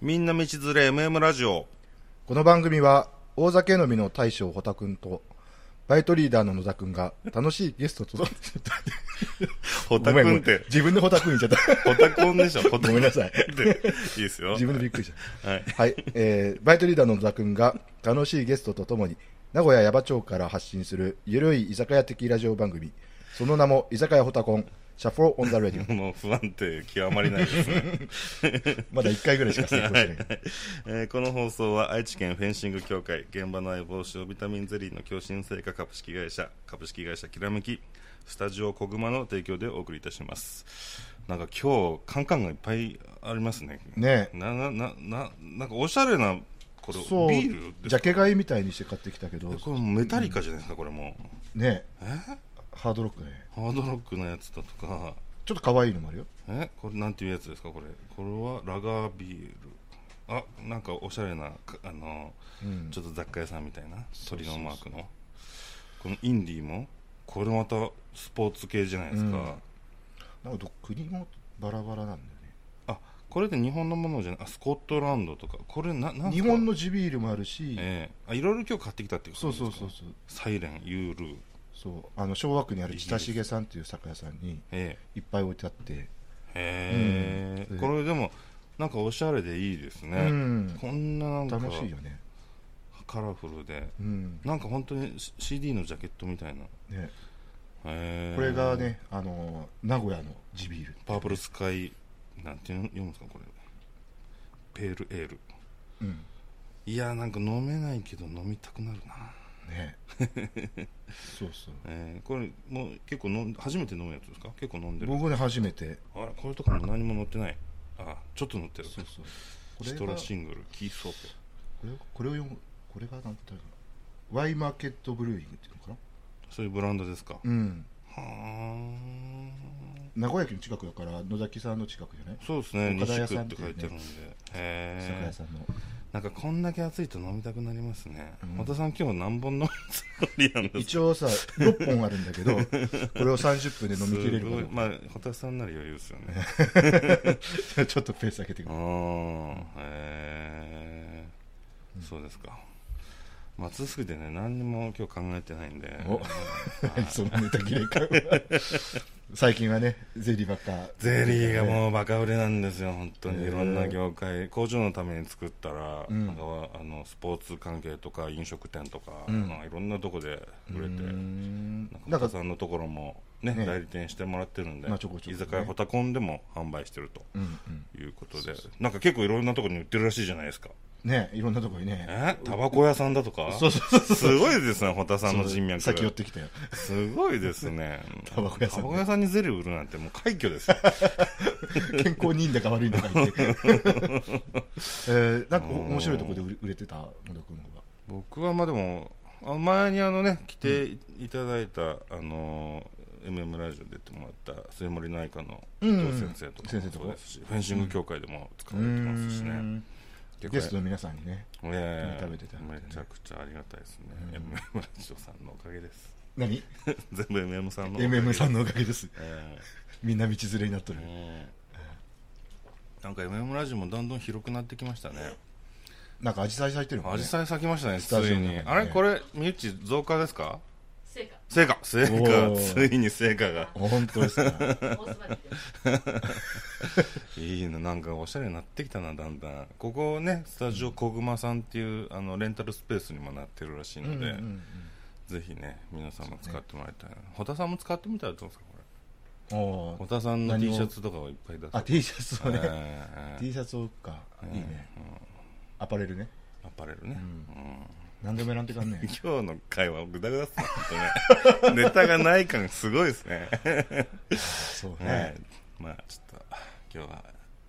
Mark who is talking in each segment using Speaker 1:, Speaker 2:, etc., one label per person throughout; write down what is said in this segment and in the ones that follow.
Speaker 1: みんな道連れ MM ラジオ
Speaker 2: この番組は大酒飲みの大将ホタくんとバイトリーダーの野田くんが楽しいゲストと
Speaker 1: ホタ
Speaker 2: ごめ
Speaker 1: く
Speaker 2: ごめ
Speaker 1: んって
Speaker 2: 自分でホタくん言っちゃった
Speaker 1: ホタコンでしょホタ
Speaker 2: ごめんなさい
Speaker 1: でいいですよ
Speaker 2: 自分でびっくりし
Speaker 1: はい
Speaker 2: たはい、えー、バイトリーダーの野田くんが楽しいゲストとともに名古屋矢場町から発信するゆるい居酒屋的ラジオ番組その名も居酒屋ホタコンシャッフォーオンザレ ディ
Speaker 1: もう不安定極まりないですね、
Speaker 2: まだ1回ぐらいしか成功してない
Speaker 1: えーこの放送は愛知県フェンシング協会現場の相棒塩ビタミンゼリーの共振成果株式会社株式会社きらめきスタジオ小熊の提供でお送りいたしますなんか今日カンカンがいっぱいありますね
Speaker 2: ねえ
Speaker 1: なななななんかおしゃれなこれ
Speaker 2: そう
Speaker 1: ビールです
Speaker 2: ジャケ買いみたいにして買ってきたけど
Speaker 1: これメタリカじゃないですかこれも
Speaker 2: ねえ
Speaker 1: え
Speaker 2: ハードロックね
Speaker 1: ハードロックのやつだとか
Speaker 2: ちょっと可愛いのもあるよ
Speaker 1: えこれなんていうやつですかこれこれはラガービールあなんかおしゃれなかあの、
Speaker 2: うん
Speaker 1: ちょっと雑貨屋さんみたいな
Speaker 2: そうそう
Speaker 1: 鳥のマークのこのインディーもこれまたスポーツ系じゃないですか、
Speaker 2: うんなんかど国もバラバラなんだよね
Speaker 1: あこれで日本のものじゃないあスコットランドとかこれななんすか
Speaker 2: 日本の地ビールもあるし、
Speaker 1: ええあいろいろ今日買ってきたっていうこ
Speaker 2: そ
Speaker 1: と
Speaker 2: う
Speaker 1: ですか
Speaker 2: そうそうそう
Speaker 1: サイレンユールー
Speaker 2: そうあの昭和区にある親しげさんっていう酒屋さんに
Speaker 1: え
Speaker 2: いっぱい置いてあって、
Speaker 1: えへえ、
Speaker 2: うん
Speaker 1: これでもなんかおしゃれでいいですね、
Speaker 2: うん
Speaker 1: こんななんか
Speaker 2: 楽しいよね
Speaker 1: カラフルで
Speaker 2: うん
Speaker 1: なんか本当に C- CD のジャケットみたいな
Speaker 2: ね
Speaker 1: へー
Speaker 2: これがねあのー名古屋の地ビール
Speaker 1: パープルスカイなんていうの読むんですかこれペールエール
Speaker 2: うん
Speaker 1: いやーなんか飲めないけど飲みたくなるな、
Speaker 2: ねそうそう
Speaker 1: えーこれもう結構飲ん初めて飲むやつですか結構飲んでる
Speaker 2: 僕ね初めて
Speaker 1: あらこれとかも何も乗ってないあちょっと乗ってる
Speaker 2: そうそうこれ
Speaker 1: シ
Speaker 2: が
Speaker 1: トラシングルキーソープ
Speaker 2: これをこれを読むこれがなんていうのワイマーケットブルーイングっていうのかな
Speaker 1: そういうブランドですか、
Speaker 2: うん
Speaker 1: はあ
Speaker 2: 名古屋駅の近くだから野崎さんの近くじゃない
Speaker 1: そうですね
Speaker 2: 岡田
Speaker 1: 西
Speaker 2: 屋
Speaker 1: 区
Speaker 2: さ
Speaker 1: っ
Speaker 2: んってて
Speaker 1: 書
Speaker 2: いうね
Speaker 1: いてあるんで、へー
Speaker 2: 酒屋さんの
Speaker 1: なんかこんだけ暑いと飲みたくなりますね。
Speaker 2: うん
Speaker 1: 本田さん今日何本飲むつもりなんです
Speaker 2: 一応さ6本あるんだけ どこれを30分で飲み切れる
Speaker 1: すごい
Speaker 2: か
Speaker 1: まあ、本田さんなり余裕ですよね。
Speaker 2: ら ちょっとペース上げてく
Speaker 1: あ
Speaker 2: る
Speaker 1: ーへーそうですか。まあ、暑すぎてね、何にも今日考えてないんで。
Speaker 2: お
Speaker 1: はい
Speaker 2: そのネタ切れ感は最近はねゼリーばっか
Speaker 1: ゼリーがもうバカ売れなんですよ、本当に
Speaker 2: へー
Speaker 1: いろんな業界、工場のために作ったら、
Speaker 2: うん
Speaker 1: なんかあのスポーツ関係とか飲食店とか、
Speaker 2: うん
Speaker 1: まあいろんなとこで売れて、
Speaker 2: うーん
Speaker 1: な
Speaker 2: なんん
Speaker 1: か
Speaker 2: か
Speaker 1: さんのところもね
Speaker 2: ね
Speaker 1: 代理店してもらってるんで、
Speaker 2: まあちょこちょこ
Speaker 1: 居
Speaker 2: ね
Speaker 1: 酒屋ホタコンでも販売してると
Speaker 2: うんうん
Speaker 1: いうことでなんか結構いろんなところに売ってるらしいじゃないですか
Speaker 2: ねいろんなとこにね
Speaker 1: えタバコ屋さんだとか
Speaker 2: そうそうそう
Speaker 1: すごいですねホタさんの人脈
Speaker 2: 先寄ってきたよ
Speaker 1: すごいですね
Speaker 2: タバコ屋さん
Speaker 1: タ
Speaker 2: ね
Speaker 1: バコ屋さんにゼリー売るなんてもう快挙ですよ
Speaker 2: 健康にいいんだか悪いんだか言って、 えー、なんか面白いところで売れ売れてた野田君の方が
Speaker 1: 僕はまあでもあ前にあのね来ていただいた、あの MM ラジオで出てもらった末森内科の伊藤先生とか
Speaker 2: うん
Speaker 1: も
Speaker 2: 先生とか
Speaker 1: そうですし、フェンシング協会でも使われてますしね、
Speaker 2: うーん
Speaker 1: 結構
Speaker 2: ゲストの皆さんにね
Speaker 1: ええ
Speaker 2: 食べてた
Speaker 1: めちゃくちゃありがたいですね、MM ラジオさんのおかげです
Speaker 2: 何
Speaker 1: 全部 MM さんのおかげです
Speaker 2: MM さんのおかげです
Speaker 1: え
Speaker 2: みんな道連れになっと
Speaker 1: え
Speaker 2: る
Speaker 1: うんなんか MM ラジオもだんだん広くなってきましたね
Speaker 2: なんかアジサイ咲いてるもん
Speaker 1: ア
Speaker 2: ね
Speaker 1: ジサイ咲きましたね
Speaker 2: ス
Speaker 1: つ
Speaker 2: タジ
Speaker 1: い
Speaker 2: オの中
Speaker 1: に、
Speaker 2: にね
Speaker 1: あれこれ身内増加ですか
Speaker 3: 成果、
Speaker 1: 成果成
Speaker 2: お
Speaker 1: 果
Speaker 2: ー
Speaker 1: ついに成果が
Speaker 2: 本当ですか
Speaker 3: 大詰まりで。
Speaker 1: いいななんかおしゃれになってきたなだんだんここねスタジオ小熊さんっていうあのレンタルスペースにもなってるらしい
Speaker 2: うんう
Speaker 1: の
Speaker 2: ん
Speaker 1: で、
Speaker 2: うん
Speaker 1: ぜひね皆さんも使ってもらいたいな、ホタさんも使ってみたらどうですかこれ
Speaker 2: お
Speaker 1: 小
Speaker 2: ー
Speaker 1: 田さんの
Speaker 2: 何
Speaker 1: T
Speaker 2: を
Speaker 1: シャツとかをいっぱい出す
Speaker 2: あ T シャツをね
Speaker 1: えー
Speaker 2: T シャツをかいいねアパレルね
Speaker 1: アパレルね、うん
Speaker 2: 何でも選んでかんね
Speaker 1: 今日の会話グダグダっすね本当ねネタがない感がすごいです ね
Speaker 2: そう
Speaker 1: ね
Speaker 2: ね
Speaker 1: まあちょっと今日は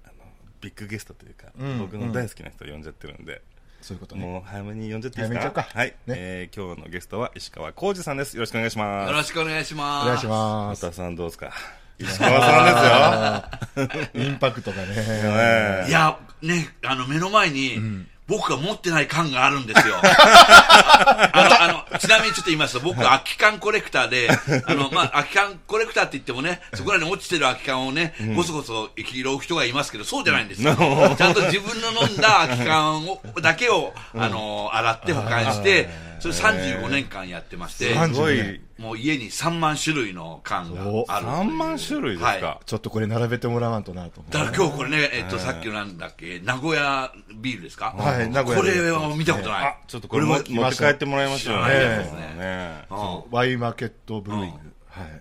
Speaker 1: あのビッグゲストというか、
Speaker 2: うん
Speaker 1: 僕の大好きな人呼んじゃってるんで、
Speaker 2: そういうことね
Speaker 1: もう早めに呼んじゃっていいですか
Speaker 2: 早めに行っちゃおうか
Speaker 1: はい、
Speaker 2: ね
Speaker 1: えー今日のゲストは石川浩二さんですよろしくお願いします
Speaker 4: よろしくお願いしま
Speaker 2: お
Speaker 4: す。
Speaker 2: 願いしま
Speaker 1: 小
Speaker 2: す
Speaker 1: 田さんどうですか石川さんですよ
Speaker 2: インパクトがね
Speaker 1: ね
Speaker 4: いや、ね、あの、目の前に、
Speaker 3: 僕が持ってない感があるんですよ。あの、あの、ちなみにちょっと言いますと、僕は空き缶コレクターで、あの、まあ、空き缶コレクターって言ってもね、そこらに落ちてる空き缶をね、ごそごそ拾う人がいますけど、そうじゃないんですよ。ちゃんと自分の飲んだ空き缶を、だけを、あの、洗って保管して、それ35年間やってまして、
Speaker 2: ー
Speaker 1: すごい。
Speaker 3: もう家に3万種類の缶がある。
Speaker 1: 3万種類ですか。
Speaker 3: は
Speaker 2: ちょっとこれ並べてもらわんとなと思う。
Speaker 3: だから今日これね、えっと、さっきのなんだっけ、名古屋ビールですか
Speaker 2: はい名古屋
Speaker 3: こ
Speaker 2: ビール
Speaker 3: れは見たことない
Speaker 1: あ。、ちょっとこれも
Speaker 3: 俺
Speaker 1: 持
Speaker 3: は
Speaker 1: って帰ってもらいましょう
Speaker 3: 知
Speaker 2: な
Speaker 3: ら
Speaker 2: いやつ
Speaker 1: ね
Speaker 2: です
Speaker 3: ね。
Speaker 1: ね
Speaker 3: うん
Speaker 2: ワインマーケットブルーイング。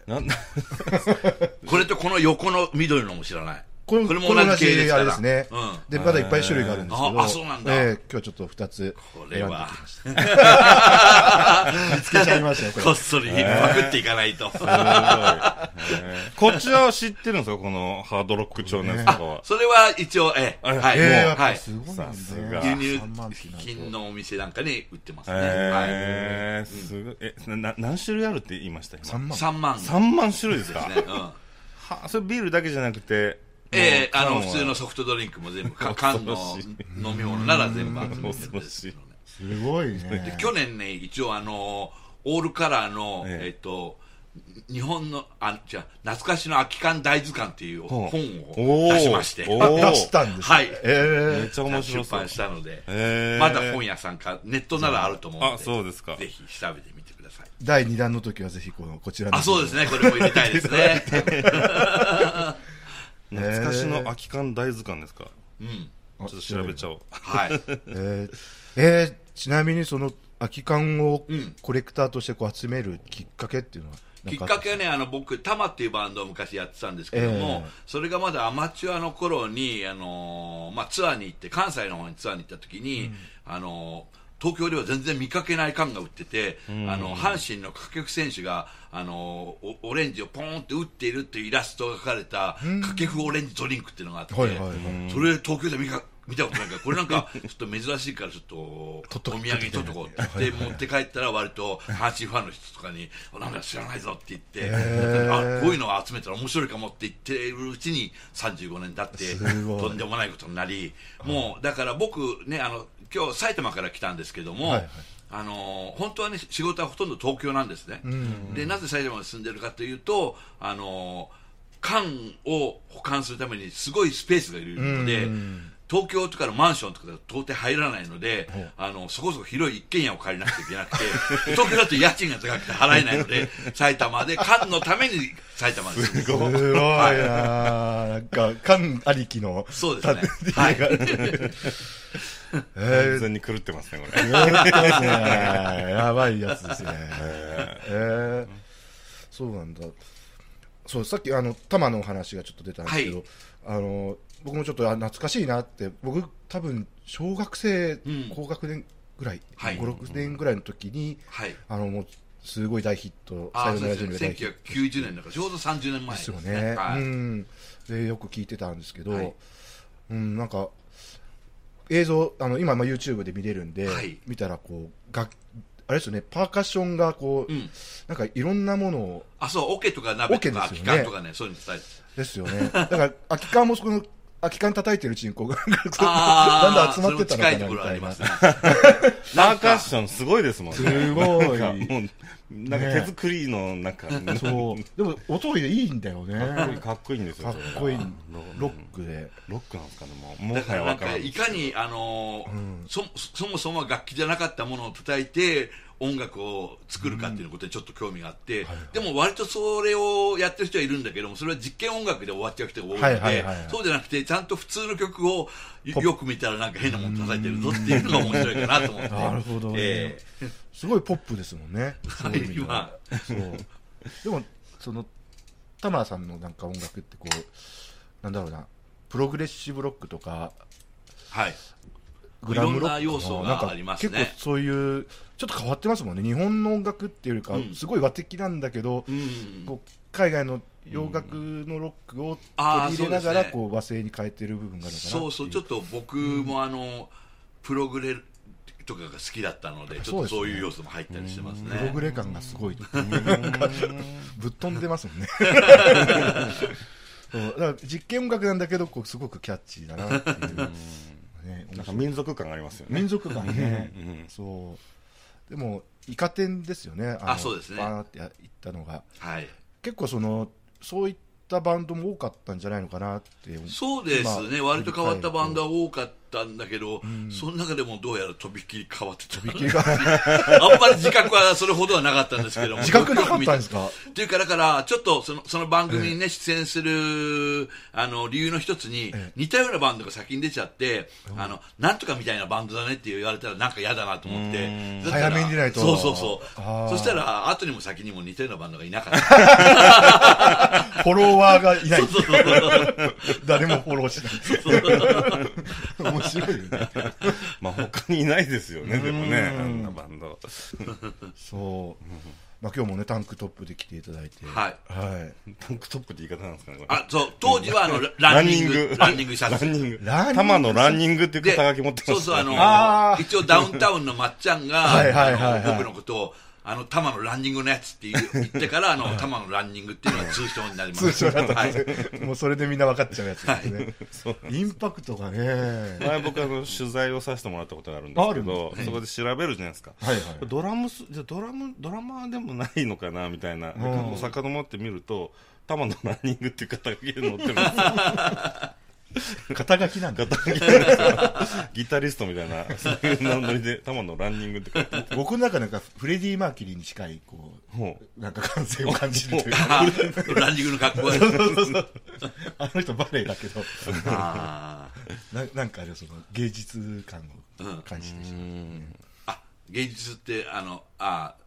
Speaker 3: うん
Speaker 1: な
Speaker 2: はい。
Speaker 1: ん
Speaker 3: これとこの横の緑のも知らない。
Speaker 2: これ
Speaker 3: これも
Speaker 2: これ
Speaker 3: 同じ系ですか
Speaker 2: あ
Speaker 3: ら
Speaker 2: れですね。
Speaker 3: うん
Speaker 2: で、まだいっぱい種類があるんですけど。
Speaker 3: ああそうなんだ
Speaker 2: ええ今日はちょっと2つ
Speaker 3: これ
Speaker 2: 選んで
Speaker 3: は
Speaker 2: きました。 見つけちゃいましたよ、これ
Speaker 3: こっ。そりパクっていかないと。
Speaker 1: すごいね こっちは知ってるんですかこのハードロック調のやつとかは。
Speaker 3: それは一応、ええ、
Speaker 1: あ
Speaker 3: はい、
Speaker 2: ええ
Speaker 3: もうは
Speaker 2: やっぱ
Speaker 3: い。
Speaker 2: すごいんだ
Speaker 1: さす
Speaker 2: ね
Speaker 1: が
Speaker 3: 輸入
Speaker 2: 3万ってなると
Speaker 3: 品のお店なんかに売ってます ね。は
Speaker 1: えー、すごい。え、な、何種類あるって言いました
Speaker 2: 3
Speaker 1: 今。
Speaker 2: 万。
Speaker 3: い。3万。
Speaker 1: 3万種類ですか
Speaker 3: ねうん。
Speaker 1: は、それビールだけじゃなくて、
Speaker 3: ええ、あ
Speaker 1: もう
Speaker 3: の、
Speaker 1: 缶は
Speaker 3: 普通のソフトドリンクも全部、か缶の
Speaker 1: 恐ろし
Speaker 3: 飲み物なら全部集めてるんですけどね。
Speaker 2: すごい
Speaker 3: で
Speaker 2: ね。
Speaker 3: 去年ね、一応あの、オールカラーの、
Speaker 1: ええ
Speaker 3: えっと、日本の、あ、じゃあ懐かしの空き缶大図鑑っていう本を
Speaker 1: ほう
Speaker 3: 出しまして、
Speaker 1: お
Speaker 2: あ、
Speaker 1: ー
Speaker 2: 出したんです。
Speaker 3: はい
Speaker 1: め
Speaker 2: え
Speaker 1: っちゃ面白
Speaker 3: 出
Speaker 1: そう
Speaker 3: 版。したので、
Speaker 1: えー
Speaker 3: まだ本屋さんか、ネットならあると思うので、
Speaker 1: あそうですか
Speaker 3: ぜひ調べてみてください。
Speaker 2: え第2弾の時はぜひこのこちらの。
Speaker 3: あ、そうですね、これも入れたいですね。
Speaker 1: 懐かしの空き缶大図鑑ですか、
Speaker 3: うん。
Speaker 2: あ。
Speaker 1: ちょっと調べちゃおう。
Speaker 3: はい。
Speaker 2: えーえーちなみにその空き缶を
Speaker 3: うん
Speaker 2: コレクターとしてこう集めるきっかけっていうのは
Speaker 3: き
Speaker 2: 何
Speaker 3: っ
Speaker 2: あた
Speaker 3: かけはね、あの僕、タマっていうバンドを昔やってたんですけども、
Speaker 2: ええ
Speaker 3: それがまだアマチュアの頃に、あのーまあ、ツアーに行って、関西の方にツアーに行った時に、あのー東京では全然見かけない缶が売ってて、あの阪神の掛布選手があのーおオレンジをポーンって打っているっていうイラストが書かれた掛布オレンジドリンクっていうのがあって、
Speaker 2: はいはいはい
Speaker 3: それ東京で見か見たことないから、これなん かちょっと珍しいから、ちょっとお土産に取っとこうって言って、持って帰ったら、割と阪神ファンの人とかに、あなんか知らないぞって言って、あこういうのを集めたら面白いかもって言ってるうちに、35年経って、
Speaker 2: すごい
Speaker 3: とんでもないことになり、もうだから僕ね、あの今日埼玉から来たんですけども、
Speaker 2: はいはい
Speaker 3: あのー本当はね仕事はほとんど東京なんですね、でなぜ埼玉に住んでるかというと、あのー缶を保管するためにすごいスペースがいるので、東京とかのマンションとかだと到底入らないので、あのそこそこ広い一軒家を借りなくちゃいけなくて 東京だと家賃が高くて払えないので埼玉で缶のために埼玉に住んでる
Speaker 2: すごいなーなんか缶ありきの
Speaker 3: そうですね
Speaker 2: 建て
Speaker 3: は
Speaker 2: 家
Speaker 3: い
Speaker 2: がえ
Speaker 1: 完全に狂ってますね、これ。
Speaker 2: ー、やばいやつですねえー、そうなんだそうさっきあの玉のお話がちょっと出たんですけど、
Speaker 3: はい
Speaker 2: あの僕もちょっとあ懐かしいなって僕多分小学生、
Speaker 3: ん
Speaker 2: 高学年ぐらい、
Speaker 3: はい
Speaker 2: 56年ぐらいの時に、
Speaker 3: はい
Speaker 2: あのもうすごい大ヒット、
Speaker 3: あー
Speaker 2: さよ
Speaker 3: そ
Speaker 2: な
Speaker 3: うで
Speaker 2: ら
Speaker 3: す
Speaker 2: ジュニ
Speaker 3: ね
Speaker 2: ア大ヒット
Speaker 3: 1990年だからちょうど30年前
Speaker 2: で
Speaker 3: ですす
Speaker 2: よ
Speaker 3: ね
Speaker 2: ね。
Speaker 3: は
Speaker 2: う
Speaker 3: い
Speaker 2: ん、でよく聞いてたんですけど、
Speaker 3: はい
Speaker 2: うん、なんか映像あの今まあ YouTube で見れるんで、
Speaker 3: はい
Speaker 2: 見たらこう楽あれですよねパーカッションがこう、
Speaker 3: うん
Speaker 2: なんかいろんなものを
Speaker 3: あそうオケとか鍋とか
Speaker 2: オケ
Speaker 3: 空
Speaker 2: です
Speaker 3: き
Speaker 2: よね
Speaker 3: 缶とかねそういうの伝えて
Speaker 2: ですよね。だから空き缶もそこの空き缶叩いてるうちにこうなんかこうだんだ
Speaker 3: あ
Speaker 2: ん
Speaker 3: ー
Speaker 2: 集まってったのかな
Speaker 3: それも近いとこ
Speaker 2: み
Speaker 3: ろあ
Speaker 2: たい
Speaker 3: り
Speaker 2: な。
Speaker 3: ますね
Speaker 1: パ
Speaker 3: な
Speaker 1: ー
Speaker 3: ん
Speaker 1: カッ
Speaker 3: か
Speaker 1: ションすごいですもんね。
Speaker 2: すごい
Speaker 1: なんかもう、なんか手作りの中、なんか
Speaker 2: そうでも音入れいいんだよね。
Speaker 1: かっこいいんですよ。
Speaker 2: かっ
Speaker 1: それが
Speaker 2: こいいロ
Speaker 1: ロ
Speaker 2: ックで。
Speaker 1: ロックなんですかね、もう。も
Speaker 3: だ
Speaker 1: は
Speaker 3: か
Speaker 1: や
Speaker 3: らな
Speaker 1: わ
Speaker 3: ん
Speaker 1: から
Speaker 3: か
Speaker 1: ない
Speaker 3: いかに、あのーそそもそもは楽器じゃなかったものを叩いて音楽を作るかっていうことにちょっと興味があって、でも割とそれをやってる人はいるんだけどもそれは実験音楽で終わっちゃう人が多いので、
Speaker 2: はいはいはいはい
Speaker 3: そうじゃなくてちゃんと普通の曲をよよく見たらなんか変なもの叩いてるぞっていうのが面白いかなと思って
Speaker 2: なるほどね
Speaker 3: え
Speaker 2: すごいポップですもんね。
Speaker 3: え
Speaker 2: そういう意味では
Speaker 3: は
Speaker 2: そう。でも、その、タマさんのなんか音楽ってこう、なんだろうな、プログレッシブロックとか、
Speaker 3: はい
Speaker 2: グラムロックとか、
Speaker 3: いろんな要素が
Speaker 2: んか
Speaker 3: ありますね
Speaker 2: 結構そういう、ちょっと変わってますもんね。日本の音楽っていうよりか、
Speaker 3: うん
Speaker 2: すごい和的なんだけど、
Speaker 3: うん
Speaker 2: こう海外の洋楽のロックを
Speaker 3: あー
Speaker 2: 取り入れながら、
Speaker 3: そうですね
Speaker 2: こう和製に変えてる部分があるのかなってい
Speaker 3: そうそうちょっと僕もあの、プログレとかが好きだったのでちょっとそういう要素も入ったりしてますね
Speaker 2: プログレ感がすごい。ぶっ飛んでますもん ね。そうだから実験音楽なんだけど、こうすごくキャッチーだなっていう。ね
Speaker 1: なんか民族感がありますよね
Speaker 2: 民族感ね、
Speaker 1: うん
Speaker 2: そうでもイカ天ですよねの
Speaker 3: あそうですね
Speaker 2: バーってや行ったのが
Speaker 3: はい
Speaker 2: 結構そのそういったバンドも多かったんじゃないのかなって思
Speaker 3: そうですね、
Speaker 2: 今
Speaker 3: 割と変わったバンドは多かったんだけど、その中でもどうやらとびっきり変わってた、 あんまり自覚はそれほどはなかったんですけども、
Speaker 2: 自覚なかったんですか
Speaker 3: というか、だから、ちょっとそのその番組にね、出演するあの理由の一つに、似たようなバンドが先に出ちゃって、あのなんとかみたいなバンドだねって言われたら、なんか嫌だなと思って、だった
Speaker 2: 早
Speaker 3: ら
Speaker 2: めに出ないと
Speaker 3: そうそうそう
Speaker 2: あー、
Speaker 3: そしたら、後にも先にも似たようなバンドがいなかった。
Speaker 2: フォロワーがいない
Speaker 3: そうそうそう
Speaker 2: 誰もフォローしない 面白いよね
Speaker 1: まあ他にいないですよねでもねあんなバンド
Speaker 2: そう、まあ、今日もねタンクトップで来ていただいて
Speaker 3: はい
Speaker 2: はい
Speaker 1: タンクトップって言い方なんですかねこれ
Speaker 3: あ、そう、当時はあのラランニング、ランニングシャツ
Speaker 1: ラン。ニング
Speaker 2: ランニング
Speaker 1: 玉のランニングっていう
Speaker 3: で
Speaker 1: 肩書き持ってます
Speaker 3: そうそう、あの、
Speaker 2: あー
Speaker 3: 一応ダウンタウンのまっちゃんが、
Speaker 2: はいはいはいはい
Speaker 3: あの僕のことを、あの、玉のランニングのやつって言う言ってから、あの、玉のランニングっていうのは通称になります。
Speaker 2: 通称だった
Speaker 3: は
Speaker 2: ん
Speaker 3: い。
Speaker 2: です ねもうそれでみんな分かっちゃうやつですね、
Speaker 1: そう
Speaker 2: インパクトがね
Speaker 1: 前僕あの取材をさせてもらったことがあるんですけ
Speaker 2: あ
Speaker 1: ど
Speaker 2: るんですね
Speaker 1: そこで調べるじゃないですか
Speaker 2: はいはい
Speaker 1: ドラムスじゃあドラムドラマーでもないのかなみたいなで
Speaker 2: うん
Speaker 1: お遡ってみると玉のランニングっていう肩書きで乗ってるんですよ
Speaker 2: 肩書きなんだ
Speaker 1: 肩書きなんですよギタリストみたい なそういうノリで玉のランニングって書いてある
Speaker 2: 僕の中なんかフレディ・マーキュリーに近いこ
Speaker 1: ほう
Speaker 2: うなんか感性を感じるというか
Speaker 3: あ ランニングの格好 は、
Speaker 2: そうそうそうあの人バレエだけど
Speaker 3: あー
Speaker 2: ななんかあれその芸術感を感じてしまう、
Speaker 3: あ、芸術って、あの、あー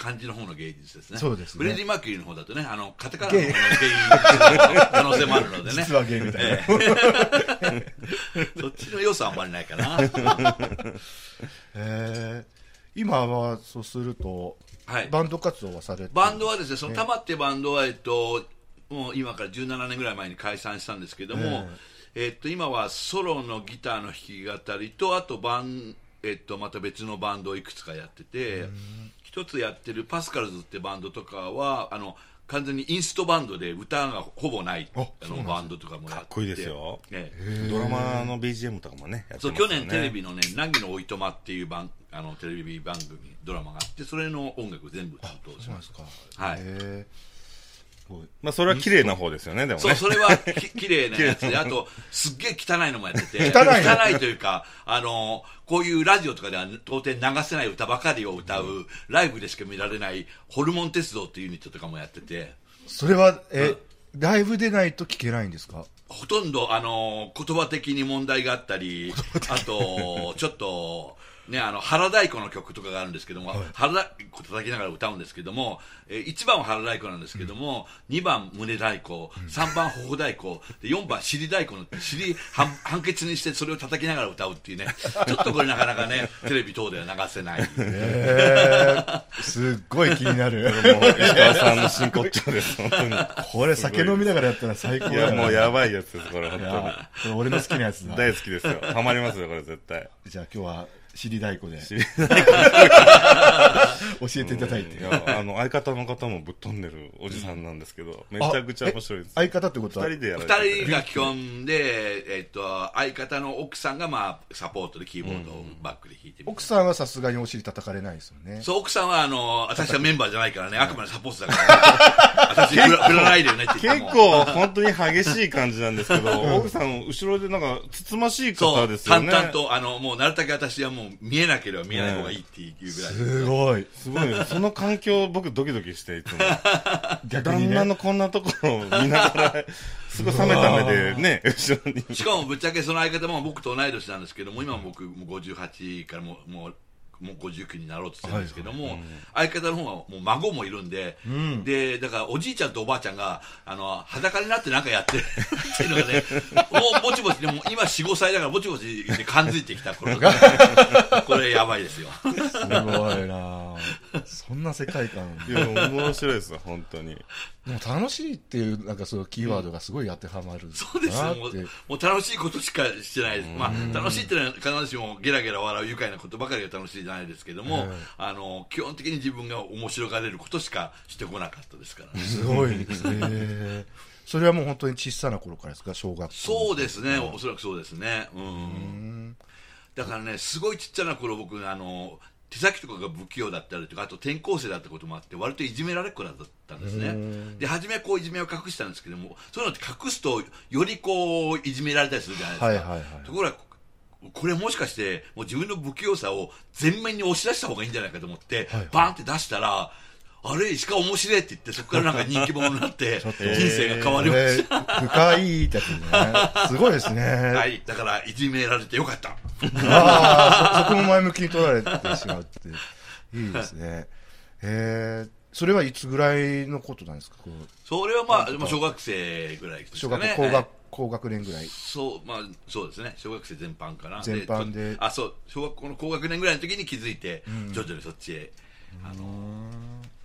Speaker 3: 漢字の方の芸術ですね。
Speaker 2: そうですね
Speaker 3: フレディ・マーキュリーの方だとね、あの、カタカナの方の芸術の可能性もあるのでね
Speaker 2: 実。は芸みたいな、
Speaker 3: そっちの要素はあんまりないかな。
Speaker 2: えー今はそうすると、
Speaker 3: はい
Speaker 2: バンド活動はされて
Speaker 3: バンドはですね、そのタマってバンドは、えっと、もう今から17年ぐらい前に解散したんですけども、えっと、今はソロのギターの弾き語りと、あとバン、えっと、また別のバンドをいくつかやってて、一つやってるパスカルズってバンドとかは、あの、完全にインストバンドで歌がほぼない
Speaker 2: あ
Speaker 3: あのバンドとかもやっ
Speaker 1: か
Speaker 3: て
Speaker 1: っこいいですよ
Speaker 3: ええ
Speaker 1: ドラマーの BGM とかもねやって
Speaker 3: そう
Speaker 1: ますよ
Speaker 3: 去
Speaker 1: ね
Speaker 3: 年テレビのね「凪のおいとま」っていう番あのテレビ番組ドラマがあってそれの音楽全部担当し
Speaker 2: そうなん
Speaker 3: ま
Speaker 2: ですすか
Speaker 3: はい
Speaker 2: えーすごい
Speaker 1: まあそれは綺麗な方ですよねでも
Speaker 3: そう
Speaker 1: ね
Speaker 3: それはき綺麗なやつであとすっげえ汚いのもやってて
Speaker 2: 汚いの
Speaker 3: というかあのこういうラジオとかでは到底流せない歌ばかりを歌う、ライブでしか見られないホルモン鉄道っていうユニットとかもやってて
Speaker 2: それはえ、ライブでないと聞けないんですか
Speaker 3: ほとんど、あの、言葉的に問題があったり、あと、ちょっと、ね、あの、原太鼓の曲とかがあるんですけども、原太鼓叩きながら歌うんですけども、えー1番は原太鼓なんですけども、2番胸太鼓、3番頬太鼓、で4番尻太鼓の、尻半判決にしてそれを叩きながら歌うっていうね、ちょっとこれなかなかね、テレビ等では流せない。
Speaker 2: えー、すっごい気になる
Speaker 1: もう石川さんの真骨頂です本当に
Speaker 2: これ酒飲みながらやったら最高
Speaker 1: い
Speaker 2: だ
Speaker 1: や
Speaker 2: よ
Speaker 1: もうやばいやつですこれ本
Speaker 2: い
Speaker 1: 当に
Speaker 2: やこれ俺の好きなやつだ
Speaker 1: 大好きですよハマりますよこれ絶対
Speaker 2: じゃあ今日は尻太 鼓で
Speaker 1: り
Speaker 2: 教えていただいて、
Speaker 1: いやあの相方の方もぶっ飛んでるおじさんなんですけどめちゃくちゃ面白いです
Speaker 2: あえ相方ってことは
Speaker 1: 二人でやられて
Speaker 3: 二
Speaker 1: る
Speaker 3: 人が基本で、えっと、相方の奥さんが、まあ、サポートでキーボードをバックで弾いてみたいな
Speaker 2: 奥さんはさすがにお尻叩かれないですよね
Speaker 3: そう、奥さんは、あの、私はメンバーじゃないからね、あくまでサポートだから、 私振ら、振らないでよねって言って
Speaker 1: 結
Speaker 3: も。
Speaker 1: 構本当に激しい感じなんですけど奥さん後ろでなんかつつましい
Speaker 3: そ
Speaker 1: 方で
Speaker 3: う、
Speaker 1: すよ
Speaker 3: 淡
Speaker 1: ね
Speaker 3: 々と、あの、もう、なるだけ私はもう、見えなければ見えない方がいいっていうぐらい。
Speaker 2: すごい
Speaker 1: すごいですその環境僕ドキドキしていつも
Speaker 2: 逆に
Speaker 1: 旦那
Speaker 2: ね
Speaker 1: のこんなところを見ながらすごい冷めた目でね 後ろに
Speaker 3: しかも、ぶっちゃけその相方も僕と同い年なんですけども、今僕、もう58からもう、もう、もう59になろうとしてるんですけども、相方の方はもう孫もいるんで、で、だからおじいちゃんとおばあちゃんが、あの、裸になってなんかや ってるっていうのがね、もうぼちぼち、でも今4、5歳だからぼちぼちで感づいてきた頃 が、これやばいですよ。
Speaker 2: すごいなそんな世界観
Speaker 1: いや面白いですよ本当に
Speaker 2: でも楽しいっていうなんかそのキーワードがすごい当てはまる
Speaker 3: そうです
Speaker 2: な
Speaker 3: よ
Speaker 2: って
Speaker 3: もうもう楽しいことしかしてないです、まあ、楽しいってのは必ずしもゲラゲラ笑う愉快なことばかりが楽しいじゃないですけども、あの基本的に自分が面白がれることしかしてこなかったですから、
Speaker 2: すごいですねそれはもう本当に小さな頃からですか、小学校。
Speaker 3: そうですね、おそらくそうですね。うん。だからね、すごいちっちゃな頃僕、あの、手先とかが不器用だったりとか、あと転校生だったこともあって、割といじめられっ子だったんですね。で、初めはこういじめを隠したんですけども、そういうのって隠すと、よりこう、いじめられたりするじゃないですか。
Speaker 2: はいはいはい
Speaker 3: ところが、これもしかして、もう自分の不器用さを前面に押し出した方がいいんじゃないかと思って、バーンって出したら、あれ、石川面白いって言って、そこからなんか人気者にな って、人
Speaker 2: と
Speaker 3: 生が変わりました。
Speaker 2: えー深いってやつですね。すごいですね。
Speaker 3: はい、だからいじめられてよかった。
Speaker 2: ああ、そそこも前向きに取られてしまうって。いいですね。えー、それはいつぐらいのことなんですかこう
Speaker 3: それはまあ、まあ小学生ぐらいですかね。
Speaker 2: 小学校、高
Speaker 3: はい
Speaker 2: 学、高学年ぐらい。
Speaker 3: そう、まあ、そうですね。小学生全般かな。
Speaker 2: 全般で
Speaker 3: ちょあ、そう、小学校の高学年ぐらいの時に気づいて、徐々にそっちへ、あの、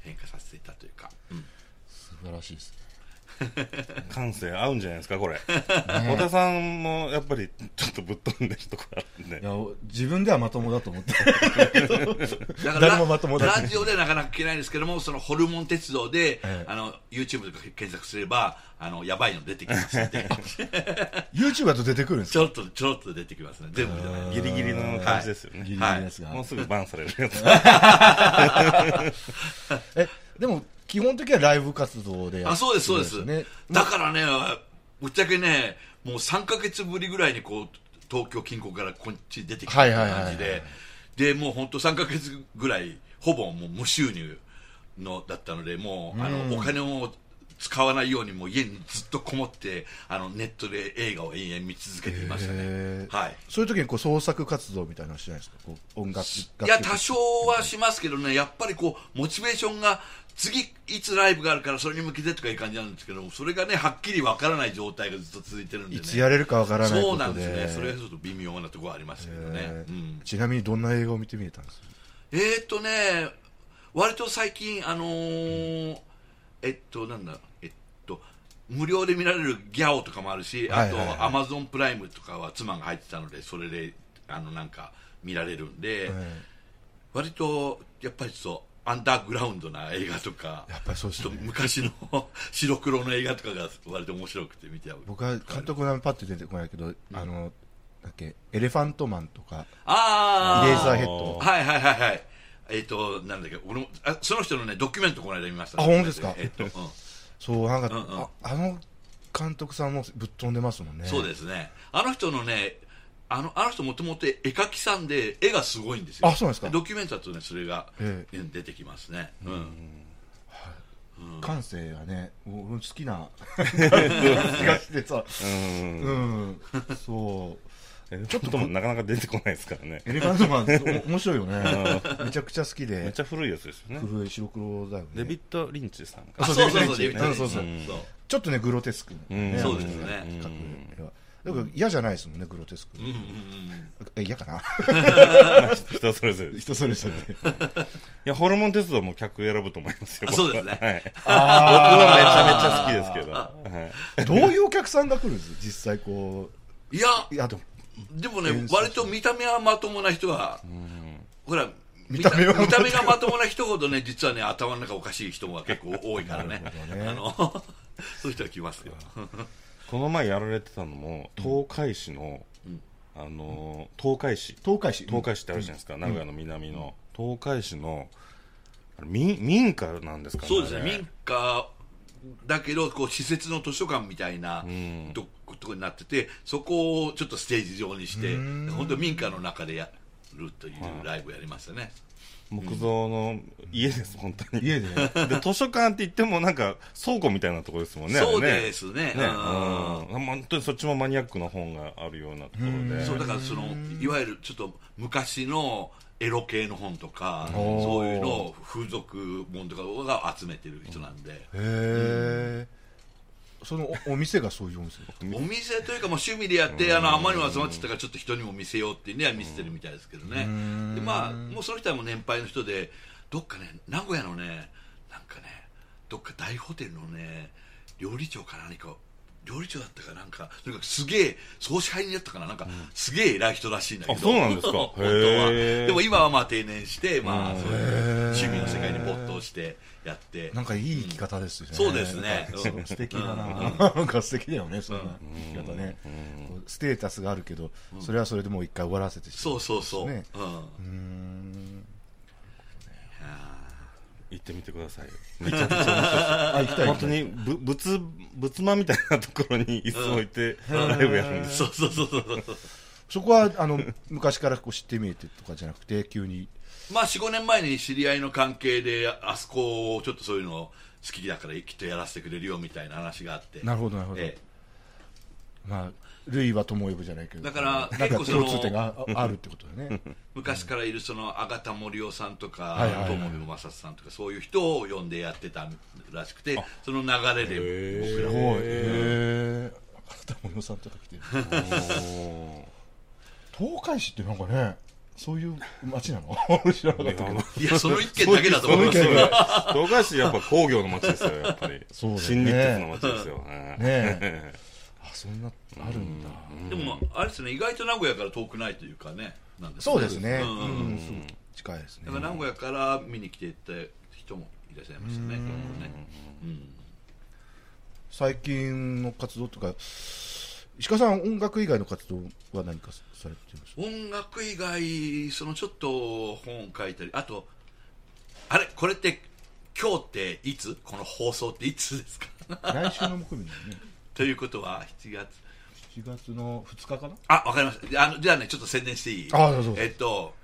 Speaker 3: 変化させていたというか。うん
Speaker 2: 素晴らしいですね。
Speaker 1: 感性合うんじゃないですかこれ小田さんもやっぱりちょっとぶっ飛んでるとこあるんで
Speaker 4: いや自分ではまともだと思って
Speaker 3: だから
Speaker 4: 誰もまともだし
Speaker 3: ラジオではなかなか聞けないんですけども、そのホルモン鉄道で、あの、YouTube とか検索すれば、あの、やばいの出てきますん で、
Speaker 2: YouTube だと出てくるんです
Speaker 3: ちょろっと、ちょろっと出てきますね。全部じゃない
Speaker 1: ギリギリの感じですよね、
Speaker 4: ギリギリですが、
Speaker 1: もうすぐバンされるやつ
Speaker 2: え、でも、基本的にはライブ活動でや
Speaker 3: あそうです、そうです。
Speaker 2: るんよね
Speaker 3: だからね、ぶっちゃけね、もう3ヶ月ぶりぐらいにこう東京近郊からこっちに出てきた
Speaker 2: はいはいはいはい
Speaker 3: 感じで、で、もう本当3ヶ月ぐらい、ほぼもう無収入のだったので、もうあのお金を使わないようにもう家にずっとこもって、あのネットで映画を延々見続けていましたね
Speaker 2: へ。ー
Speaker 3: はい。
Speaker 2: そういう時にこう創作活動みたいなのしないですかこう音楽、
Speaker 3: いや、多少はしますけどね、やっぱりこう、モチベーションが、次、いつライブがあるから、それに向けてとかいう感じなんですけども、それがね、はっきりわからない状態がずっと続いてるんで
Speaker 2: い
Speaker 3: ね。
Speaker 2: つやれるかわからないことで。
Speaker 3: そうなんですね。それがちょっと微妙なところありましたけどね。
Speaker 2: えー
Speaker 3: うん
Speaker 2: ちなみにどんな映画を見てみれたんですか
Speaker 3: えーっとね、割と最近、あのーえっと、なんだ、えっと、無料で見られるギャオとかもあるし、
Speaker 2: はい
Speaker 3: あ
Speaker 2: はいはい
Speaker 3: と、アマゾンプライムとかは妻が入ってたので、それで、あの、なんか、見られるんで、割と、やっぱりちょっと、アンダーグラウンドな映画とか、
Speaker 2: やっぱりそうです
Speaker 3: ちょ
Speaker 2: ね
Speaker 3: っと昔の 白黒の映画とかが割と面白くて見てゃう。
Speaker 2: 僕は監督の名前パッて出てこないけど、あの、だっけ、エレファントマンとか、
Speaker 3: ああ
Speaker 2: レーザーヘッド。
Speaker 3: はいはいはいはい。えっ、と、なんだっけ、俺も、あその人のね、ドキュメントこの間見ました、
Speaker 2: あ本当ですか
Speaker 3: えっ、と、うん。
Speaker 2: そう、なんか、
Speaker 3: うんうん
Speaker 2: ああの監督さんもぶっ飛んでますもんね。
Speaker 3: そうですね。あの人のね、あの、あの人もともと絵描きさんで、絵がすごいんですよ。
Speaker 2: あそうなんですか
Speaker 3: ドキュメントだとね、それが、
Speaker 2: え
Speaker 3: うん出てきますね。うん。
Speaker 2: 感性はね、俺の好き な気がしてさ、
Speaker 1: うん
Speaker 2: うん、そう。
Speaker 1: ちょっともなかなか出てこないですからね
Speaker 2: エレファントマン、お面白いよね。めちゃくちゃ好
Speaker 1: め
Speaker 2: き
Speaker 1: っ
Speaker 2: で
Speaker 1: ち、ゃ古いやつですよね
Speaker 2: 古い白黒だよ
Speaker 1: デビ
Speaker 2: ね
Speaker 1: ッ。ド・リンチさん
Speaker 3: あ
Speaker 1: か
Speaker 3: そう
Speaker 2: そう
Speaker 3: そうそう、
Speaker 2: デ
Speaker 3: デ
Speaker 2: ビッ
Speaker 3: ビッ
Speaker 2: ド
Speaker 3: ド
Speaker 2: リ
Speaker 3: リ
Speaker 2: ン
Speaker 3: ン
Speaker 2: チねうん
Speaker 3: チね。
Speaker 1: そう
Speaker 3: そう
Speaker 2: ちょっとね、グロテスク、
Speaker 1: うん
Speaker 3: そうですね
Speaker 2: あの描く絵はだから嫌じゃないですもんね、グロテスク。
Speaker 3: うんうんうん。
Speaker 2: え嫌かな
Speaker 1: 人それぞれですい
Speaker 2: 人それぞれ。
Speaker 1: やホルモン鉄道も客選ぶと思いますよ
Speaker 3: あそうですね
Speaker 1: 僕ははい僕
Speaker 2: あ
Speaker 1: はめちゃめちゃ好きですけど、はい
Speaker 2: あ、どういうお客さんが来るんです実際こ
Speaker 3: いや、
Speaker 2: う。いや、でも、
Speaker 3: でもね、割と見た目はまともな人は、ほら、見
Speaker 2: た目は
Speaker 3: 見た目がまともな人ほどね、実はね、頭の中おかしい人も結構多いからね。あの、 そういう人は来ますよ。
Speaker 1: この前やられてたのも東海市の、あのー東海市
Speaker 2: 東海市。
Speaker 1: 東海市ってあるじゃないですか、名古屋の南の、東海市のあれ民民家なんですかね
Speaker 3: そうですね、
Speaker 1: あれ
Speaker 3: 民家だけど、こう、施設の図書館みたいな
Speaker 1: うん
Speaker 3: ととこになってて、そこをちょっとステージ上にして、本当民家の中でやるというライブやりましたね。
Speaker 1: 木造の家です本当に
Speaker 2: 家でね。
Speaker 1: で図書館って言ってもなんか倉庫みたいなところですもんね
Speaker 3: そう
Speaker 1: あれね
Speaker 3: ですね。
Speaker 1: ね、うん
Speaker 3: うん
Speaker 1: 本当にそっちもマニアックな本があるようなところで
Speaker 3: そうだからそのいわゆるちょっと昔のエロ系の本とか
Speaker 2: おー
Speaker 3: そういうのを風俗本とかが集めてる人なんで、
Speaker 2: へえ。そのおお店がそういうお店
Speaker 3: お店というかもう趣味でやってあのあまりにも集まっちゃったからちょっと人にも見せようっていうね見せてるみたいですけどねでまあもうその人はもう年配の人でどっかね名古屋のねなんかねどっか大ホテルのね料理長か何か料理長だったかなんかとにかくすげえ総支配人だったかななんか、すげえ偉い人らしいんだけど
Speaker 1: あそうなんですか
Speaker 3: 本当は
Speaker 1: へえ
Speaker 3: でも今はまあ定年して、まあ、そういう
Speaker 2: へえ
Speaker 3: 趣味の世界に没頭してやって
Speaker 2: なんかいい生き方ですよね、
Speaker 3: そうですね
Speaker 2: そう素敵だな、なんか素敵だよね、そんな生き方ね、こうステータスがあるけど、それはそれでもう一回終わらせてしま
Speaker 3: そうそうそう、
Speaker 2: ね
Speaker 3: うん
Speaker 2: う、うーん、
Speaker 1: 行ってみてくださいめちゃくちゃ
Speaker 2: あ、行きたい、
Speaker 1: 面
Speaker 2: 行き
Speaker 1: 白
Speaker 2: たい
Speaker 1: い本当にぶ仏仏間みたいなところに椅子を置いてライブやるんです
Speaker 3: そうそうそうそうそう
Speaker 2: そこはあの昔からこう知ってみえてとかじゃなくて、急に、
Speaker 3: まあ45年前に知り合いの関係でああそこをちょっとそういうの好きだからきっとやらせてくれるよみたいな話があって
Speaker 2: なるほど、なるほど、
Speaker 3: え
Speaker 2: まあ、類は友呼ぶじゃないけど、
Speaker 3: だから
Speaker 2: なんか
Speaker 3: 結構その
Speaker 2: 共通点がああるってこと だよね、
Speaker 3: え昔からいるその永田森夫さんとか
Speaker 2: はいはいはい
Speaker 3: 友部正人さんとかそういう人を呼んでやってたらしくてその流れで僕
Speaker 2: す
Speaker 3: ら
Speaker 2: ごい、
Speaker 3: も
Speaker 2: へ ー、赤田森夫さんとか来てる、東海市ってなんかね、そういう街 なの、俺知らなかったけど。
Speaker 3: いやその一件だけだと思います
Speaker 1: そ
Speaker 3: よ
Speaker 1: うですよね東海市やっぱ工業の街ですよやっぱり
Speaker 2: そうだよね
Speaker 1: 新日鉄の街ですよ
Speaker 2: ねえあそんなあるんだ
Speaker 3: でもあれですね意外と名古屋から遠くないというかねなん
Speaker 2: そうですね
Speaker 3: うんうんうん
Speaker 2: うんすぐ近いですね
Speaker 3: だから名古屋から見に来ていた人もいらっしゃいましたね結構ねうん
Speaker 2: 最近の活動とか石川さん音楽以外の活動は何かされてます
Speaker 3: 音楽以外そのちょっと本書いたりあとあれこれって今日っていつこの放送っていつですか
Speaker 2: 来週の木曜日だよね
Speaker 3: ということは7月
Speaker 2: 7月の2日かな
Speaker 3: あわかりましたあのじゃあねちょっと宣伝していい
Speaker 2: あどうぞどうぞ
Speaker 3: えっと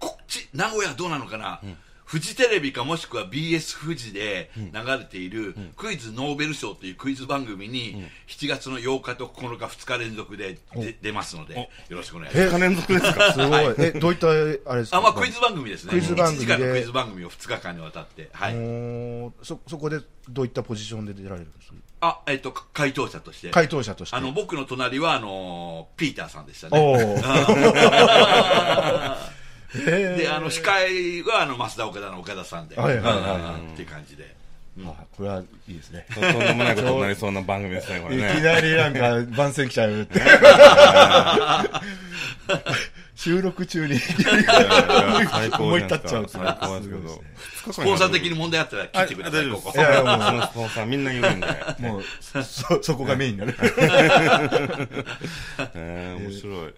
Speaker 3: こっち名古屋どうなのかな、フジテレビかもしくは BS フジで流れているクイズノーベル賞というクイズ番組に7月の8日と9日2日連続でで出ますのでよろしくお願いします
Speaker 1: 2日連続 ですか
Speaker 2: すごい、えどういったあれですか
Speaker 3: あまあ、クイズ番組ですね、
Speaker 2: クイズ番組で
Speaker 3: 1時間のクイズ番組を2日間にわたって、は
Speaker 2: お
Speaker 3: い、
Speaker 2: ーそそこでどういったポジションで出られるんです
Speaker 3: あえっとか回答者として、
Speaker 2: 回答者として
Speaker 3: あの僕の隣はあのーピーターさんでしたね、
Speaker 2: お ーへー
Speaker 3: であの司会はあの増田岡田の岡田さんで、
Speaker 2: はいはいはいは
Speaker 3: っていう感じで、
Speaker 2: あこれはいいですね
Speaker 1: とんでもないことになりそうな番組ですねこれ
Speaker 2: い
Speaker 1: ね
Speaker 2: きなりなんか番宣来ちゃうって 収録中 に
Speaker 1: 最高
Speaker 2: 思い
Speaker 1: じゃな
Speaker 2: 立
Speaker 1: い
Speaker 2: っちゃう
Speaker 1: ですか最高ですけ
Speaker 2: すごい
Speaker 1: ど
Speaker 2: で
Speaker 3: スポンサー的に問題あったら聞いてください、
Speaker 1: あ大丈夫で
Speaker 3: こ
Speaker 1: す
Speaker 3: こ
Speaker 1: いやいやもうスポンサーみんな言うんで
Speaker 2: もうそそこがメインになる
Speaker 1: えー面白い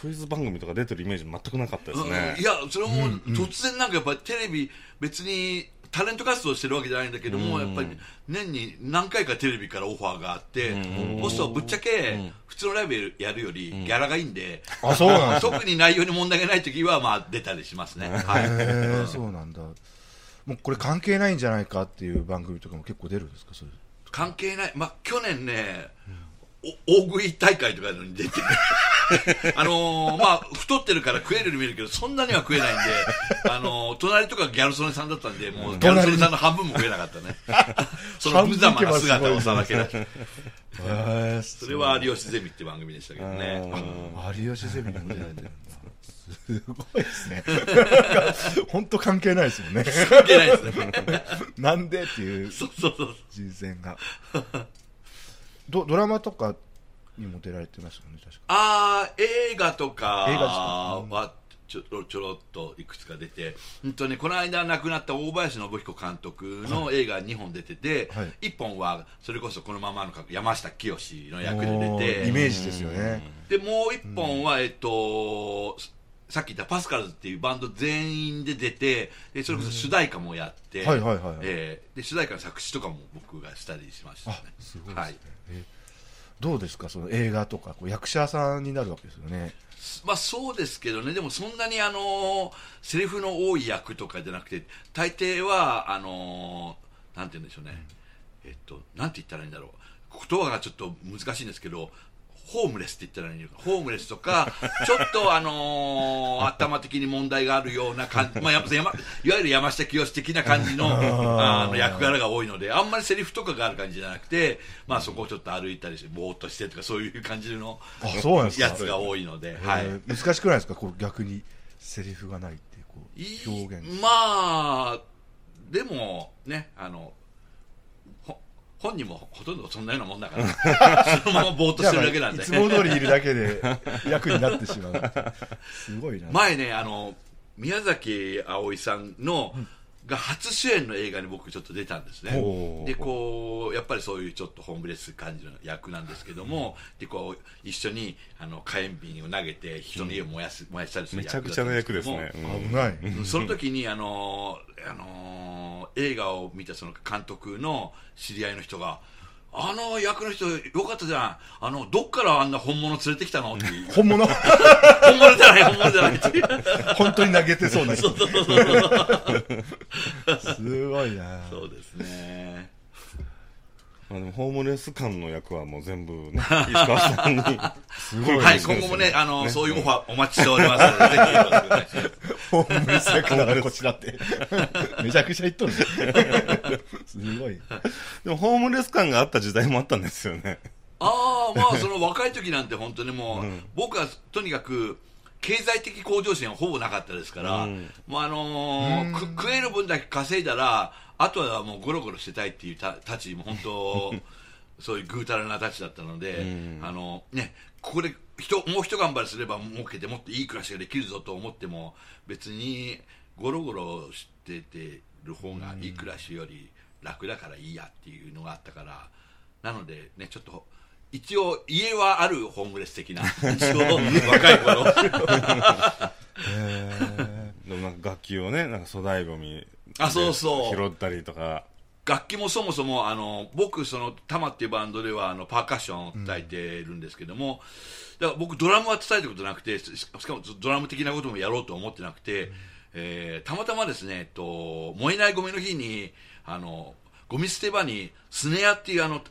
Speaker 1: クイズ番組とか出てるイメージ全くなかったですね
Speaker 3: うんいや、それも突然なんかやっぱりテレビ、別にタレント活動してるわけじゃないんだけども、やっぱり年に何回かテレビからオファーがあって、そうするとぶっちゃけ普通のライブやるよりギャラがいいんで、
Speaker 2: あそうなんだ
Speaker 3: 特に内容に問題がない時はまあ出たりしますね。はい
Speaker 2: へーそうなんだもうこれ関係ないんじゃないかっていう番組とかも結構出るんですかそれ
Speaker 3: 関係ない、まあ、去年ね、お大食い大会とかのに出て、 あのーまあ、太ってるから食えるように見えるけど、そんなには食えないんで、あのー隣とかギャル曽根さんだったんで、もうギャル曽根さんの半分も食えなかったね。 その無様な姿をさらけ出して、
Speaker 2: へえ
Speaker 3: それは有吉ゼミって番組でしたけどね。
Speaker 2: 有吉ゼミにも出られてるんだすごいですね本当関係ないですも んね
Speaker 3: 関係ないですね。
Speaker 2: なんでっていう
Speaker 3: そうそうそう。
Speaker 2: 人選がドドラマとかにも出られてますもんね確か
Speaker 3: ああ、映画とか
Speaker 2: 映画ですか
Speaker 3: はちょろちょろっといくつか出て、うんとね、この間亡くなった大林信彦監督の映画2本出てて、
Speaker 2: はい
Speaker 3: 1本はそれこそこのままの格好山下清の役で
Speaker 2: もう
Speaker 3: 出
Speaker 2: イ
Speaker 3: て、
Speaker 2: メージですよね
Speaker 3: でもう1本は、えっと、さっき言ったパスカルズっていうバンド全員で出て、でそれこそ主題歌もやって、
Speaker 2: はいはいはい、
Speaker 3: えーで主題歌の作詞とかも僕がしたりしましたね。すごいはい
Speaker 2: どうですかその映画とかこう役者さんになるわけですよね
Speaker 3: まあそうですけどね、でもそんなにあのーセリフの多い役とかじゃなくて、大抵は、あのーなんて言うんでしょうね、えっと、なんて言ったらいいんだろう、言葉がちょっと難しいんですけど、ホームレスって言ったらいいのか、ホームレスとか、ちょっとあのー頭的に問題があるような感じ、まあ、やっぱ山いわゆる山下清的な感じのあの役柄が多いので、あんまりセリフとかがある感じじゃなくて、まあそこをちょっと歩いたりして、ぼーっとしてとか、そういう感じの
Speaker 2: あそうなんですか
Speaker 3: やつが多いので、はい。
Speaker 2: えー難しくないですかこう逆にセリフがないっていうこ
Speaker 3: いいう
Speaker 2: 表現
Speaker 3: まあでもねあのほ本人もほとんどそんなようなもんだから そのままぼーっとしてるだけなん
Speaker 2: い
Speaker 3: で
Speaker 2: つも通りいるだけ で役になってしまう。すごいな。
Speaker 3: 前ねあの宮崎あおいさんの、が初主演の映画に僕ちょっと出たんですね
Speaker 1: ほう
Speaker 3: でこうやっぱりそういうちょっとホームレス感じの役なんですけども、でこう一緒にあの火炎瓶を投げて人の家を燃やす、燃やしたりする
Speaker 1: めちゃ
Speaker 3: 役
Speaker 1: く
Speaker 3: だっ
Speaker 1: ち
Speaker 3: た
Speaker 1: ゃ
Speaker 3: ん
Speaker 1: な
Speaker 3: で
Speaker 1: 役
Speaker 3: すけ
Speaker 1: で
Speaker 3: ど
Speaker 1: す
Speaker 3: も
Speaker 1: ね。
Speaker 2: 危ない。
Speaker 3: その時にあのーあのー映画を見たその監督の知り合いの人が「あの役の人よかったじゃんあのどっからあんな本物連れてきたの?」っていう
Speaker 2: 本物
Speaker 3: 本物じゃない本物じゃないっていう
Speaker 2: 本当に投げてそうな
Speaker 3: そ
Speaker 2: 人
Speaker 3: う。そうそうそう
Speaker 2: すごいな。
Speaker 3: そうですね
Speaker 1: まあでもホームレス感の役はもう全部ね、石川さんに。すごい
Speaker 3: はい今後もねあのーそういうオファーお待ちしておりますので、ぜひよろしくお願いします
Speaker 2: ホームレス役だからこちらって。めちゃくちゃ言っとるね。すごい。
Speaker 1: でもホームレス感があった時代もあったんですよね。
Speaker 3: ああまあその若い時なんて本当にもう、僕はとにかく経済的向上心はほぼなかったですから、もうあのーく食える分だけ稼いだらあとはもうゴロゴロしてたいっていうたたちも本 当そういうぐうたらなたちだったので、あのねここで人もう一頑張りすれば儲けてもっといい暮らしができるぞと思っても別にゴロゴロしててる方がいい暮らしより楽だからいいやっていうのがあったから。なのでね、ちょっと、一応、家はあるホームレス的な、一応、若い頃。
Speaker 1: でもなんか楽器をね、なんか粗大ゴミ。
Speaker 3: あそうそう
Speaker 1: 拾ったりとか。
Speaker 3: 楽器もそもそも、あの、僕、その、タマっていうバンドでは、あの、パーカッションを叩いてるんですけども、だから僕、ドラムは叩いたことなくて、ししかもドラム的なこともやろうと思ってなくて、えーたまたまですね、えっと、燃えないゴミの日に、あの、ゴミ捨て場に、スネアっていう、あの、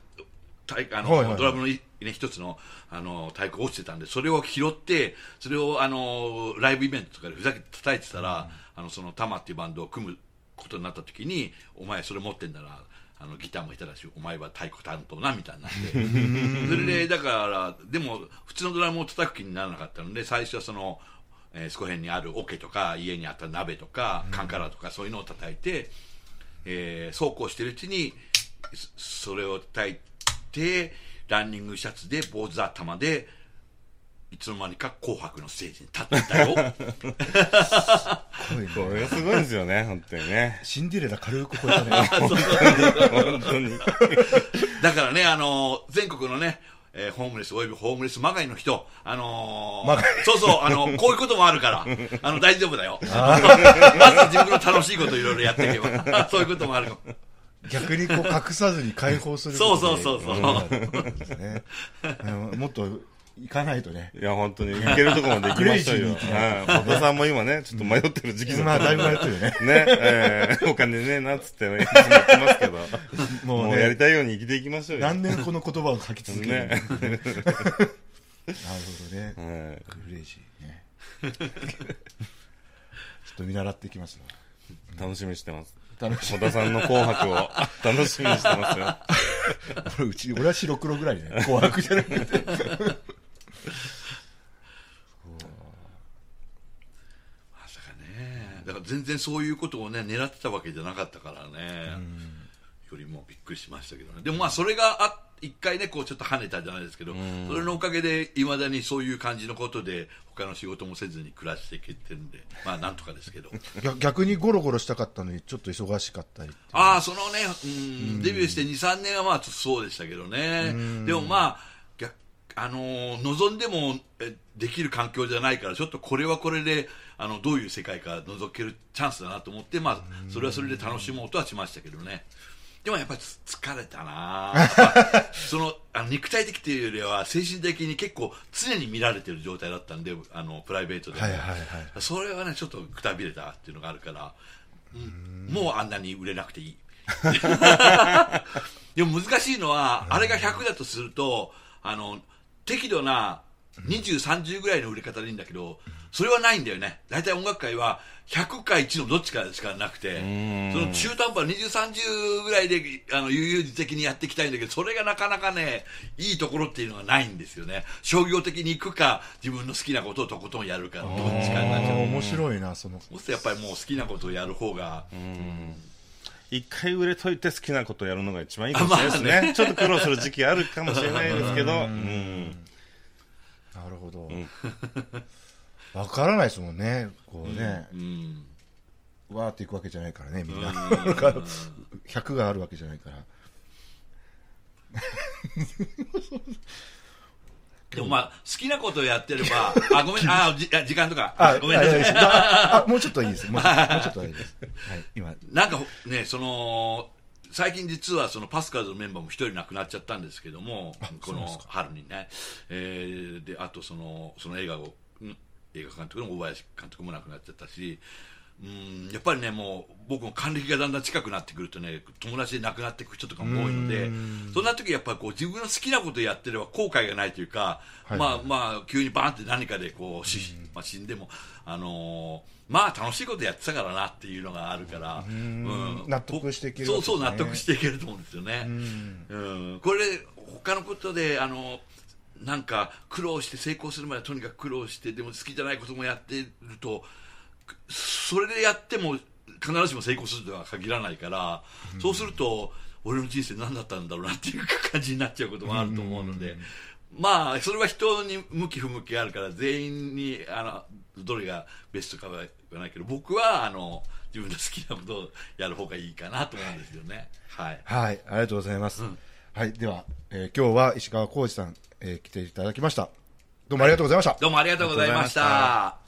Speaker 3: たいあの、
Speaker 2: はいはいはい
Speaker 3: ドラムのいね、一つの、あの、太鼓が落ちてたんで、それを拾って、それを、あの、ライブイベントとかでふざけて叩いてたら、あの、その、タマっていうバンドを組むことになった時に、お前それ持ってんだな、あの、ギターもいたらし、お前は太鼓担当な、みたいにな って。それで、だから、でも、普通のドラムを叩く気にならなかったので、最初はその、えーそこ辺にある桶とか、家にあった鍋とか、カンカラとか、そういうのを叩いて、えーそうこうしてるうちにそそれを叩いてランニングシャツで坊主頭でいつの間にか「紅白」のステージに立ってたよ
Speaker 1: これすごいですよね、本当にね。
Speaker 2: シンデレラ軽く超えたね。
Speaker 1: 本当に。
Speaker 3: だからね、あのー全国のねえーホームレスおよびホームレスまがいの人、あのー
Speaker 2: まがい
Speaker 3: そうそう、あのこういうこともある から、あの大丈夫だよ。 まずは自分の楽しいこといろいろやっていけば、 そういうこともあるかも。
Speaker 2: 逆にこう隠さずに解放する
Speaker 3: そう
Speaker 2: ことで
Speaker 3: そうそうそう
Speaker 2: うんですねうんもっと行かないとね
Speaker 1: いや、本当に。行けるとこまで行きましょうよ。
Speaker 2: クレイジーに
Speaker 1: う
Speaker 2: 行
Speaker 1: ん
Speaker 2: き
Speaker 1: 小田さんも今ね、ちょっと迷ってる時期じゃ
Speaker 2: 今だいぶやってるよね
Speaker 1: ね、えーお金ねえなっつってね、いつも言ってますけど、
Speaker 2: もうね
Speaker 1: もうやりたいように生きていきましょうよ。
Speaker 2: 何年この言葉を書き続けるなる
Speaker 1: ね。
Speaker 2: ほど
Speaker 1: は
Speaker 2: ね
Speaker 1: い
Speaker 2: クレイジーねちょっと見習っていきますわ
Speaker 1: 楽しみにしてます。
Speaker 2: 楽し
Speaker 1: 小田さんの紅白を楽しみにしてますよ。
Speaker 2: みうち俺は白黒ぐらいね紅白じゃなくて
Speaker 3: まさかねだから全然そういうことをね狙ってたわけじゃなかったからね、よりもびっくりしましたけどねでもまあそれがあ一回ねこうちょっと跳ねたじゃないですけど、それのおかげでいまだにそういう感じのことで他の仕事もせずに暮らしていけてるんでまあなんとかですけど
Speaker 2: 逆逆にゴロゴロしたかったのにちょっと忙しかったり
Speaker 3: ああそのね、うん、デビューして23年はまあちょっとそうでしたけどね、でもまあ逆あのー望んでもえできる環境じゃないからちょっとこれはこれであのどういう世界か覗けるチャンスだなと思って、まあ、それはそれで楽しもうとはしましたけどねでもやっぱりつ疲れた なあやっぱそのあの肉体的というよりは精神的に結構常に見られてる状態だったんであのプライベートでも、
Speaker 2: はいはいはい
Speaker 3: それはねちょっとくたびれたっていうのがあるから、うんもうあんなに売れなくていいでも難しいのはあれが100だとするとあの適度な2030ぐらいの売れ方でいいんだけどそれはないんだよね大体音楽界は100か1のどっちかしかなくてその中途半端2030ぐらいであの悠々自適にやっていきたいんだけどそれがなかなかねいいところっていうのがないんですよね商業的に行くか自分の好きなことをとことんやるかどっちかになっちゃう
Speaker 2: 面白いなその
Speaker 3: そうするとやっぱりもう好きなことをやる方が
Speaker 1: 一回売れといて好きなことやるのが一番いいかもしれないですね,、ちょっと苦労する時期あるかもしれないですけど、 うん
Speaker 2: なるほど
Speaker 1: ん。
Speaker 2: わからないですもんね。こうね、
Speaker 3: うん
Speaker 2: わーっていくわけじゃないからね、みんな。100があるわけじゃないから。
Speaker 3: でもまあ好きなことをやってれ ばあごめんあじあ時間とか
Speaker 2: あ、
Speaker 3: ごめんなさい
Speaker 2: あああもうちょっといいです。もうちょっ ともうちょっといいです。はい、今。
Speaker 3: なんかね、その、最近実はそのパスカルのメンバーも一人亡くなっちゃったんですけども、この春にね、えーで、あとその、その映画を、ん映画監督の大林監督も亡くなっちゃったし、うん、やっぱりね、もう僕も還暦がだんだん近くなってくるとね、友達で亡くなっていく人とかも多いので、そんな時やっぱりこう自分の好きなことやってれば後悔がないというか、まあまあ急にバーンって何かでこう死,、まあ、死んでも、あのーまあ楽しいことやってたからなっていうのがあるから、うん
Speaker 2: 納得していけるわけです
Speaker 3: そうそ
Speaker 2: ね
Speaker 3: う納得していけると思うんですよね。うんこれ他のことであのなんか苦労して成功するまでとにかく苦労してでも好きじゃないこともやってるとくそれでやっても必ずしも成功するとは限らないから、そうすると俺の人生何だったんだろうなっていう感じになっちゃうこともあると思うので、まあそれは人に向き不向きがあるから全員にあのどれがベストかは言わないけど僕はあの自分の好きなことをやる方がいいかなと思うんですよね。はい
Speaker 2: はい、ありがとうございます。はい、では、えー今日は石川浩二さん、えー来ていただきました。どうもありがとうございました。
Speaker 3: どうもありがとうございま
Speaker 1: あ
Speaker 3: し
Speaker 1: りがとうございま
Speaker 3: た。